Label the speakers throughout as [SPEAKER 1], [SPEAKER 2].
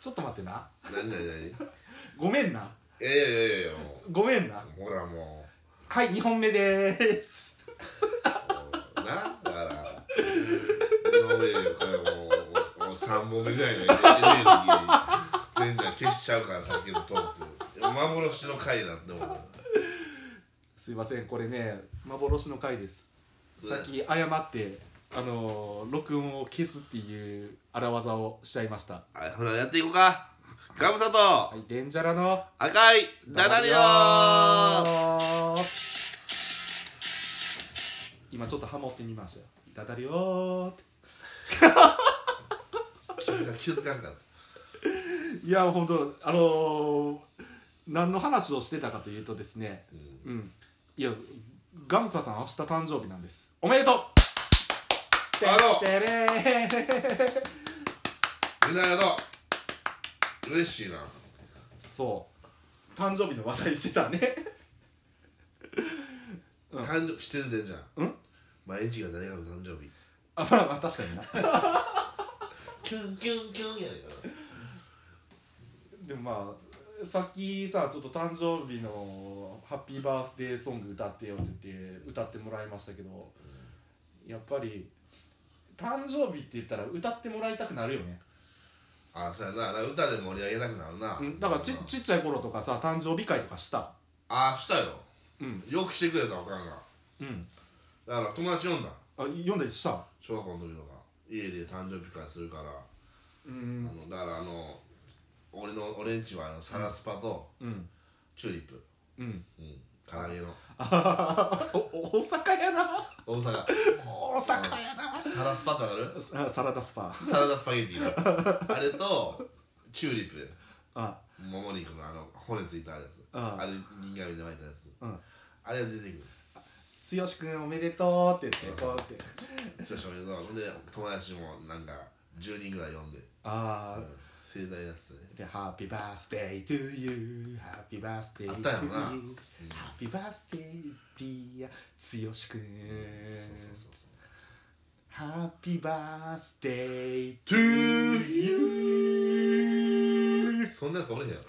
[SPEAKER 1] ちょっと待ってな
[SPEAKER 2] 何何何
[SPEAKER 1] ごめんな
[SPEAKER 2] えやいやいやいやも
[SPEAKER 1] ごめんな
[SPEAKER 2] うほらも
[SPEAKER 1] はい2本目でーす
[SPEAKER 2] うなだから今までよこれもうもうもう3本目ぐらいのエネルギー全然消しちゃうからさっきのトーク幻の回だって思う
[SPEAKER 1] すいませんこれね幻の回ですさっき謝ってあのー録音を消すっていう荒技をしちゃいました
[SPEAKER 2] はいほらやっていこうかガムサと
[SPEAKER 1] はいデンジャラの
[SPEAKER 2] 赤いダダリオー
[SPEAKER 1] 今ちょっとハモってみましたよダダリオーって
[SPEAKER 2] 気づか気づかんかっ
[SPEAKER 1] いや本当あのー、何の話をしてたかというとですね
[SPEAKER 2] た、う
[SPEAKER 1] う
[SPEAKER 2] ん
[SPEAKER 1] んいやガムサさん明日誕生日なんですおめでとう
[SPEAKER 2] あの
[SPEAKER 1] てれー
[SPEAKER 2] みんなありがとう嬉しいな
[SPEAKER 1] そう誕生日の話題してたねうん
[SPEAKER 2] 誕生してるでんじゃん
[SPEAKER 1] うん
[SPEAKER 2] 毎日が誰かの誕生日
[SPEAKER 1] あまあまあ確かにな
[SPEAKER 2] キュンキュンキュンやねんか
[SPEAKER 1] でもまあさっきさちょっと誕生日のハッピーバースデーソング歌ってよって言って歌ってもらいましたけどやっぱり誕生日って言ったら歌ってもらいたくなるよね
[SPEAKER 2] なあそうやなだから歌で盛り上げなくなるな
[SPEAKER 1] うんだからちちっちゃい頃とかさ誕生日会とかした
[SPEAKER 2] あしたよ
[SPEAKER 1] うん
[SPEAKER 2] よくしてくれたおかんが
[SPEAKER 1] うん
[SPEAKER 2] だから友達呼んだ
[SPEAKER 1] あ読んだりした
[SPEAKER 2] 小学校の時とか家で誕生日会するから、
[SPEAKER 1] う
[SPEAKER 2] あ
[SPEAKER 1] ん
[SPEAKER 2] のだからあの俺の俺んちはあのサラスパと
[SPEAKER 1] うん
[SPEAKER 2] チューリップ
[SPEAKER 1] うん
[SPEAKER 2] うん唐揚げの
[SPEAKER 1] おお大阪やな
[SPEAKER 2] 大
[SPEAKER 1] 大
[SPEAKER 2] 阪
[SPEAKER 1] 阪やな
[SPEAKER 2] サラスパってわかる
[SPEAKER 1] さサラダスパ
[SPEAKER 2] サラダスパゲティのあれとチューリップ
[SPEAKER 1] あ
[SPEAKER 2] もも肉のあの骨ついたやつ
[SPEAKER 1] あ
[SPEAKER 2] あれ銀紙で巻いたやつ
[SPEAKER 1] うん
[SPEAKER 2] あれが出てくる
[SPEAKER 1] 「剛くんおめでとう」って言ってこうって
[SPEAKER 2] ちょっと言うとで友達もなんか10人ぐらい呼んで
[SPEAKER 1] ああ
[SPEAKER 2] 盛大なやつね
[SPEAKER 1] で、Happy birthday to you, Happy birthday to
[SPEAKER 2] あっ
[SPEAKER 1] you,
[SPEAKER 2] たよなうん
[SPEAKER 1] Happy birthday dear 剛くん
[SPEAKER 2] そうそうそうそう
[SPEAKER 1] Happy birthday to you
[SPEAKER 2] そんなやつおれへんやろ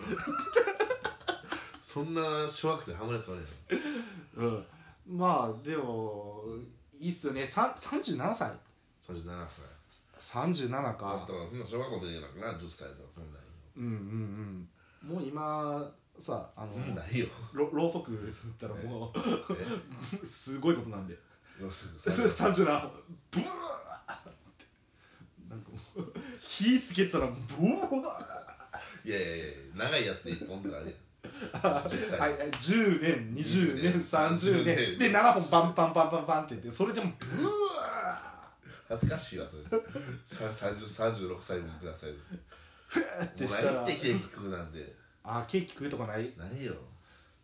[SPEAKER 2] そんな小学生ハマるやつおれへんやろ
[SPEAKER 1] うん、まあでもいいっすよねさ37歳
[SPEAKER 2] 37歳
[SPEAKER 1] 37
[SPEAKER 2] あっ
[SPEAKER 1] か
[SPEAKER 2] たらそんな小学校の時だからな10歳とかそんなんよ
[SPEAKER 1] うんうんうんもう今さあの、
[SPEAKER 2] そんなんよ
[SPEAKER 1] ろろうそく振ったらも
[SPEAKER 2] え
[SPEAKER 1] うすごいことなんで
[SPEAKER 2] 要するにさ
[SPEAKER 1] 三十なブワーってなんかもう火つけたらブワ
[SPEAKER 2] いやいやいや長いやつで1本とかあるや
[SPEAKER 1] ー
[SPEAKER 2] ん10
[SPEAKER 1] は
[SPEAKER 2] 歳
[SPEAKER 1] い10年20年30年で7本バンバンバンバンバンって言ってそれでもブワ
[SPEAKER 2] 恥ずかしいわそれさ30 36歳にください
[SPEAKER 1] ーって
[SPEAKER 2] もう
[SPEAKER 1] した
[SPEAKER 2] 何
[SPEAKER 1] ら
[SPEAKER 2] ってケーキ食うなんて
[SPEAKER 1] あケーキ食うとかない
[SPEAKER 2] ないよ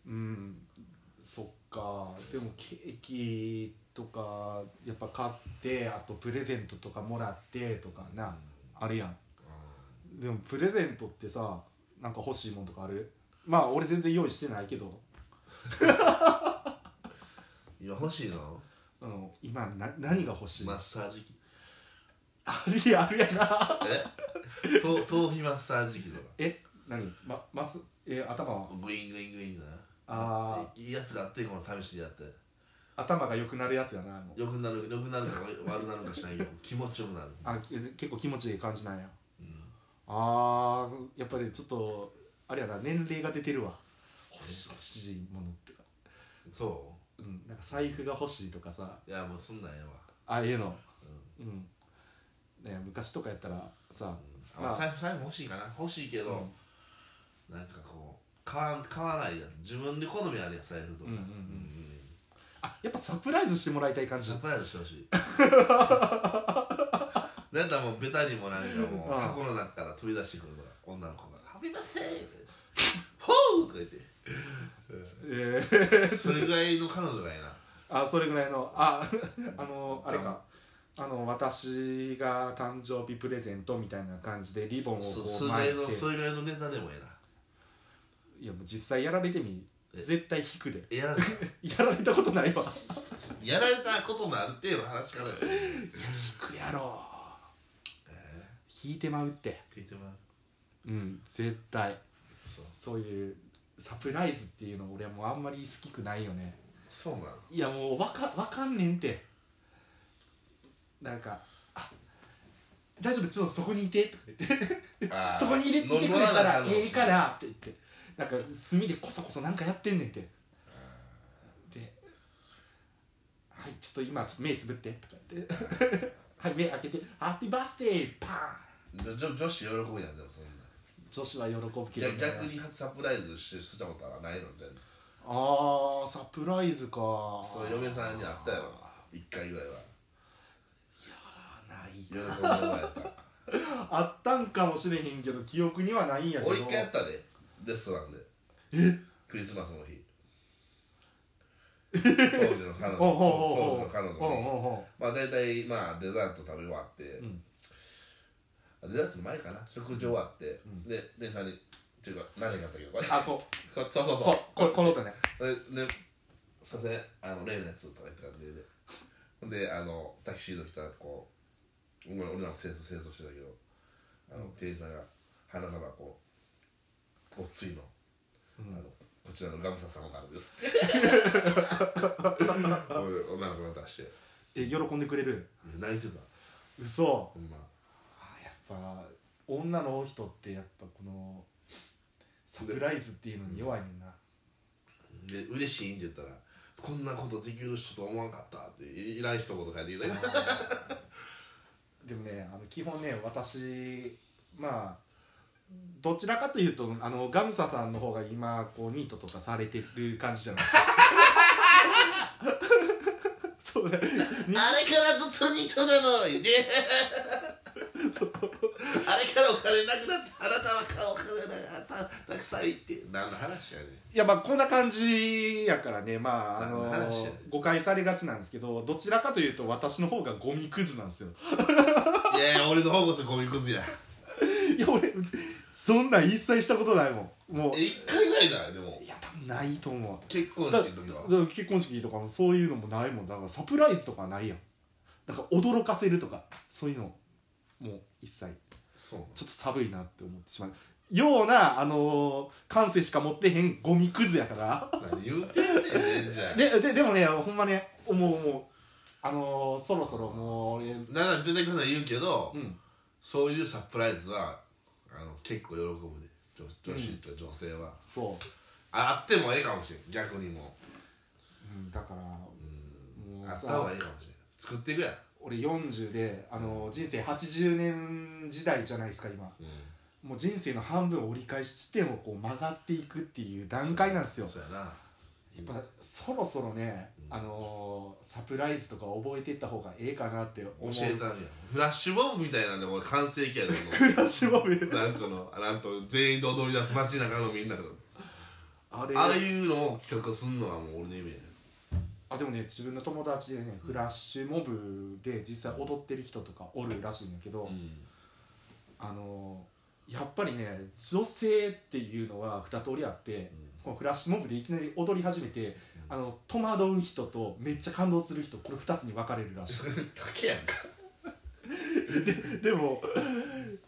[SPEAKER 1] うんそっかでもケーキとかやっぱ買ってあとプレゼントとかもらってとかなあれやんでもプレゼントってさなんか欲しいもんとかあるまあ俺全然用意してないけど、
[SPEAKER 2] 今欲しいの
[SPEAKER 1] うん、今な何が欲しい、
[SPEAKER 2] マッサージ機
[SPEAKER 1] あるやんあるやんな
[SPEAKER 2] え頭頭皮マッサージ機とか
[SPEAKER 1] え何まますえ頭は
[SPEAKER 2] グイングイングインだな
[SPEAKER 1] あ
[SPEAKER 2] いいやつがあってこの試してやって
[SPEAKER 1] ー頭が良くなるやつやなあの
[SPEAKER 2] よくなるよくなるか悪なるかしないけど気持ちよくなる
[SPEAKER 1] あえ結構気持ちいい感じなんや
[SPEAKER 2] うん
[SPEAKER 1] あーやっぱりちょっとあれやな年齢が出てるわ欲し欲しいものってか
[SPEAKER 2] そ
[SPEAKER 1] うんなんか財布が欲しいとかさ
[SPEAKER 2] ういやもうそんなんやわ
[SPEAKER 1] ああいうの
[SPEAKER 2] うん
[SPEAKER 1] うんね昔とかやったらさ
[SPEAKER 2] あ
[SPEAKER 1] まあ
[SPEAKER 2] 財布財布欲しいかな欲しいけ
[SPEAKER 1] う
[SPEAKER 2] ど
[SPEAKER 1] ん
[SPEAKER 2] なんかこう買わん買わないやん自分で好みあるやん財布と
[SPEAKER 1] うんうんうん
[SPEAKER 2] かうん
[SPEAKER 1] あやっぱサプライズしてもらいたい感じ
[SPEAKER 2] サプライズしてほしいなんだもうベタにもなんかもう
[SPEAKER 1] うん
[SPEAKER 2] 箱の中から飛び出してくるとか女の子が「ハッピーバースデー!」って 「ほう!」とか言って
[SPEAKER 1] えー、
[SPEAKER 2] それぐらいの彼女がいいな
[SPEAKER 1] あそれぐらいのあ あのあれかあの私が誕生日プレゼントみたいな感じでリボンをこ
[SPEAKER 2] そうそれぐ
[SPEAKER 1] 巻
[SPEAKER 2] ら
[SPEAKER 1] い
[SPEAKER 2] いのそ
[SPEAKER 1] て
[SPEAKER 2] れぐらいのネタでもいいない
[SPEAKER 1] やもう実際やられてみ
[SPEAKER 2] え
[SPEAKER 1] 絶対引くで
[SPEAKER 2] えやられた
[SPEAKER 1] やられたことないわ
[SPEAKER 2] やられたことのある程度の話からよ
[SPEAKER 1] 引くやろ
[SPEAKER 2] え
[SPEAKER 1] 引いてまうって
[SPEAKER 2] 聞いてもらう
[SPEAKER 1] うん絶対
[SPEAKER 2] そう
[SPEAKER 1] そういうサプライズっていうの俺はもうあんまり好きくないよね
[SPEAKER 2] そうなの
[SPEAKER 1] いやもうわかわかんねんってなんか「あ大丈夫ちょっとそこにいて」とか言って
[SPEAKER 2] あー
[SPEAKER 1] そこに入れて
[SPEAKER 2] 乗
[SPEAKER 1] く
[SPEAKER 2] り
[SPEAKER 1] れ
[SPEAKER 2] 物な
[SPEAKER 1] た
[SPEAKER 2] からの
[SPEAKER 1] ええからって言ってなんか炭でこそこそなんかやってんねんてで「はいちょっと今ちょっと目つぶって」とか言って 「はい目開けてハッピーバースデーパー
[SPEAKER 2] 女女子喜ぶやんでもそんな
[SPEAKER 1] ン!」女子は喜ぶけ
[SPEAKER 2] い
[SPEAKER 1] ど
[SPEAKER 2] や
[SPEAKER 1] ね
[SPEAKER 2] 逆にサプライズしてしたことはないのじゃ
[SPEAKER 1] ああサプライズか
[SPEAKER 2] そう嫁さんにあったよ一回ぐらいは
[SPEAKER 1] あーない
[SPEAKER 2] 嫁さんの前やった
[SPEAKER 1] あったんかもしれへんけど記憶にはないんやけど
[SPEAKER 2] 俺一回やったでレストランで
[SPEAKER 1] え
[SPEAKER 2] クリスマスの日当時の
[SPEAKER 1] ほ
[SPEAKER 2] 彼女
[SPEAKER 1] うほう
[SPEAKER 2] 当時
[SPEAKER 1] ほうほう
[SPEAKER 2] の彼女に
[SPEAKER 1] ほうほうほ
[SPEAKER 2] まあ大体まあデザート食べ終わって、
[SPEAKER 1] ん
[SPEAKER 2] デザートの前かな食事終わって、
[SPEAKER 1] ん
[SPEAKER 2] で店員さんに「っていうか何があったっけこれ」
[SPEAKER 1] うあこう
[SPEAKER 2] そうそうそう
[SPEAKER 1] こここの音ね
[SPEAKER 2] でで「すいませんあの例のやつ」とか言ってたんででほんであのタキシード着たこう俺俺らも清掃清掃してたけどあの、店員さんが花束こうごっついの,、あのこちらのガムサ様から ですっておい女の子が出して
[SPEAKER 1] え喜んでくれる
[SPEAKER 2] 泣いてた
[SPEAKER 1] 嘘
[SPEAKER 2] ほんま
[SPEAKER 1] あーやっぱ女の人ってやっぱこのサプライズっていうのに弱いねんな
[SPEAKER 2] で嬉しいんって言ったらこんなことできる人とは思わなかったっていいらん一言書いてきた
[SPEAKER 1] でもねあの基本ね私まあどちらかというとあのガムサさんの方が今こうニートとかされてる感じじゃないですか そうね
[SPEAKER 2] あれからずっとニートなのよね
[SPEAKER 1] そう
[SPEAKER 2] あれからお金なくなってあなたは顔お金なかったたくさんいって何の話やねん
[SPEAKER 1] いやまあこんな感じやからねまああ
[SPEAKER 2] 何の
[SPEAKER 1] の
[SPEAKER 2] 話やね
[SPEAKER 1] 誤解されがちなんですけどどちらかというと私の方がゴミクズなんですよ
[SPEAKER 2] いやいや俺の方こそゴミクズや
[SPEAKER 1] いや俺そんなん一切したことないもんもう
[SPEAKER 2] え一回ぐらいだよでも
[SPEAKER 1] いや多分ないと思う
[SPEAKER 2] 結婚式の時は
[SPEAKER 1] だから結婚式とかもそういうのもないもんだからサプライズとかはないやんだから驚かせるとかそういうのもう一切
[SPEAKER 2] そう
[SPEAKER 1] ちょっと寒いなって思ってしまうようなあのー感性しか持ってへんゴミクズやから
[SPEAKER 2] なの何言うてんねんねんじゃん
[SPEAKER 1] でででもねほんまね思う思うあのーそろそろもう俺う
[SPEAKER 2] なんか出てくるのは言うけど、
[SPEAKER 1] ん
[SPEAKER 2] そういうサプライズはあの結構喜ぶで女女子と女性は、
[SPEAKER 1] そ
[SPEAKER 2] ああってもええかもしれん逆にも
[SPEAKER 1] う、うん、だから
[SPEAKER 2] う、
[SPEAKER 1] もう
[SPEAKER 2] あった方がええかもしれん作っていくやん、
[SPEAKER 1] 俺40であの人生80年時代じゃないですか今もう人生の半分を折り返し地点をこう曲がっていくっていう段階なんですよ
[SPEAKER 2] そうやな
[SPEAKER 1] やっぱそろそろね、
[SPEAKER 2] うん
[SPEAKER 1] あのーサプライズとか覚えていった方がええかなって
[SPEAKER 2] 教
[SPEAKER 1] 思う
[SPEAKER 2] えたんやフラッシュモブみたいなんで俺完成形やで
[SPEAKER 1] フラッシュモ
[SPEAKER 2] こ
[SPEAKER 1] ブ
[SPEAKER 2] の なんとのなんと全員で踊り出す街中のみんなが
[SPEAKER 1] あれあ
[SPEAKER 2] ああいうのを企画すんのはもう俺の夢や
[SPEAKER 1] でもね自分の友達でねフラッシュモブで実際踊ってる人とかおるらしいんだけど、
[SPEAKER 2] ん
[SPEAKER 1] あのーやっぱりね女性っていうのは2通りあって、このフラッシュモブでいきなり踊り始めて、あの戸惑う人とめっちゃ感動する人これ2つに分かれるらしい
[SPEAKER 2] 賭けやんか
[SPEAKER 1] でも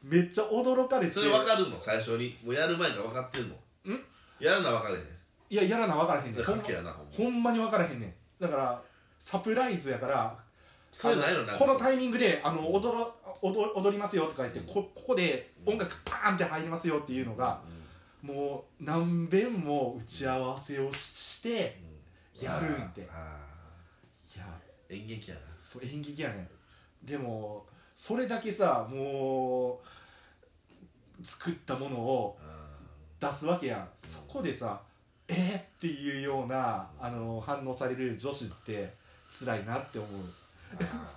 [SPEAKER 1] めっちゃ驚かれて
[SPEAKER 2] それ分かるの最初にもうやる前から分かってんの
[SPEAKER 1] ん
[SPEAKER 2] やるのは分かれへん
[SPEAKER 1] いややらな分からへんねんほん,、
[SPEAKER 2] 賭けやなほんま
[SPEAKER 1] ほんまに分からへんねんだからサプライズやから
[SPEAKER 2] そういうのないの
[SPEAKER 1] あ
[SPEAKER 2] な
[SPEAKER 1] の
[SPEAKER 2] ん
[SPEAKER 1] こ
[SPEAKER 2] か
[SPEAKER 1] のタイミングであの踊ろ踊踊りますよとか言って、こここで音楽パーンって入りますよっていうのが、もう何遍も打ち合わせをしして
[SPEAKER 2] うん
[SPEAKER 1] やるんで
[SPEAKER 2] あ
[SPEAKER 1] いや
[SPEAKER 2] ー演劇やな
[SPEAKER 1] そう演劇やねんでもそれだけさもう作ったものを
[SPEAKER 2] あ
[SPEAKER 1] 出すわけやんそこでさえー、っていうようなあの反応される女子って辛いなって思う
[SPEAKER 2] ーあ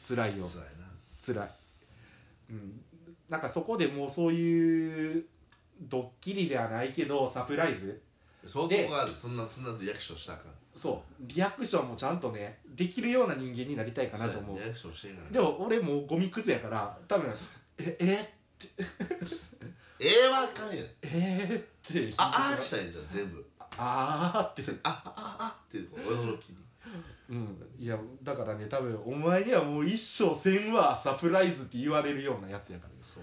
[SPEAKER 1] 辛いよ
[SPEAKER 2] ー辛いな
[SPEAKER 1] 辛いうんなんかそこでもうそういうドッキリではないけどサプライズ
[SPEAKER 2] 相当があるそんなそんなリアクションしたらあかん
[SPEAKER 1] そうリアクションもちゃんとねできるような人間になりたいかなと思う
[SPEAKER 2] リアクションしてんから
[SPEAKER 1] でも俺もうゴミくずやから多分ええ
[SPEAKER 2] ええわあかんやん
[SPEAKER 1] えー、って引いて
[SPEAKER 2] ああーしたいんじゃん全部あ
[SPEAKER 1] あーって
[SPEAKER 2] あああって驚きに
[SPEAKER 1] うんいやだからね多分お前にはもう一生せんわサプライズって言われるようなやつやから
[SPEAKER 2] そ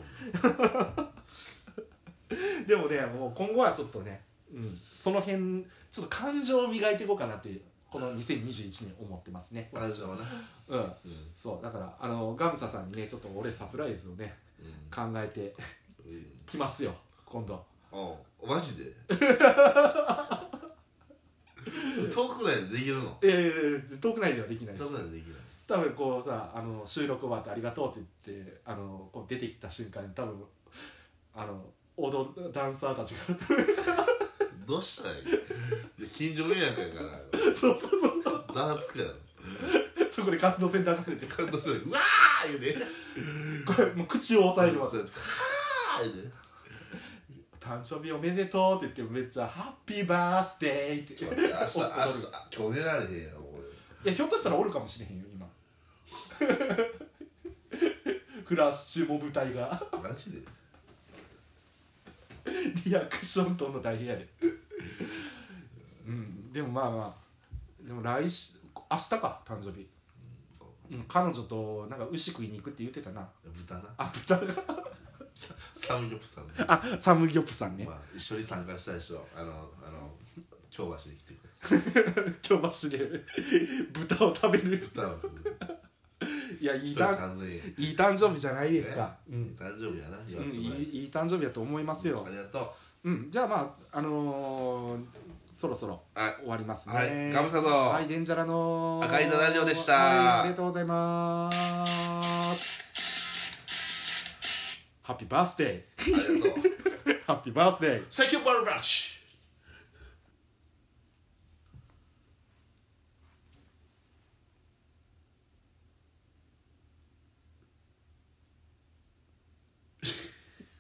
[SPEAKER 2] う
[SPEAKER 1] でもねもう今後はちょっとね、うん、その辺ちょっと感情を磨いていこうかなっていうこの2021年思ってますね
[SPEAKER 2] ラジオな
[SPEAKER 1] うん
[SPEAKER 2] うん
[SPEAKER 1] そうだからあのガムサさんにねちょっと俺サプライズをね
[SPEAKER 2] う
[SPEAKER 1] 考えて
[SPEAKER 2] んうん
[SPEAKER 1] きますよ今度
[SPEAKER 2] おうマジ でそれ遠くないでできるの
[SPEAKER 1] えー、遠くないではできないで
[SPEAKER 2] 遠
[SPEAKER 1] す
[SPEAKER 2] くないでできる
[SPEAKER 1] 多分こうさあの収録終わってありがとうって言ってあのこう出てきた瞬間に多分あの踊るダンサーたちが
[SPEAKER 2] のどうしたらいいいや近所迷惑やから
[SPEAKER 1] そうそうそうそう
[SPEAKER 2] ざわつくやろ
[SPEAKER 1] そこで感動線流れて
[SPEAKER 2] 感動してうわー言うて
[SPEAKER 1] これもう口を押さえ るわ
[SPEAKER 2] はー言うて
[SPEAKER 1] 誕生日おめでとうって言ってめっちゃハッピーバースデーって
[SPEAKER 2] ちょっと待って明日
[SPEAKER 1] お
[SPEAKER 2] 明
[SPEAKER 1] 踊る
[SPEAKER 2] 日今日寝られへんやろ俺
[SPEAKER 1] いやひょっとしたらおるかもしれへんよ今フラッシュモブ隊が
[SPEAKER 2] マジで
[SPEAKER 1] リアクションとの大変やでうんでもまあまあでも来週明日か誕生日、うん、彼女となんか牛食いに行くって言ってたな
[SPEAKER 2] 豚な
[SPEAKER 1] あ豚が
[SPEAKER 2] サムギョプサルね
[SPEAKER 1] あサムギョプさんね
[SPEAKER 2] まあ一緒に参加したい人あのあの京橋で来てくれ
[SPEAKER 1] 京橋で豚を食べる
[SPEAKER 2] 豚を食う
[SPEAKER 1] いやい
[SPEAKER 2] 一
[SPEAKER 1] い
[SPEAKER 2] 人
[SPEAKER 1] た
[SPEAKER 2] 3000円
[SPEAKER 1] いい誕生日じゃないですか、うん、
[SPEAKER 2] 誕生日やな祝
[SPEAKER 1] う
[SPEAKER 2] っ
[SPEAKER 1] ん、
[SPEAKER 2] て
[SPEAKER 1] い
[SPEAKER 2] もらえ
[SPEAKER 1] いいい誕生日だと思いますよ
[SPEAKER 2] ありがとう
[SPEAKER 1] うんじゃあまああのー、そろそろ
[SPEAKER 2] あ
[SPEAKER 1] 終わりますね
[SPEAKER 2] はいガムサド
[SPEAKER 1] はいデンジャラの
[SPEAKER 2] 赤いのラジオでした
[SPEAKER 1] はいありがとうございますハッピーバースデ
[SPEAKER 2] ありがとう
[SPEAKER 1] ーハッピーバースデー
[SPEAKER 2] 最強バルバッチ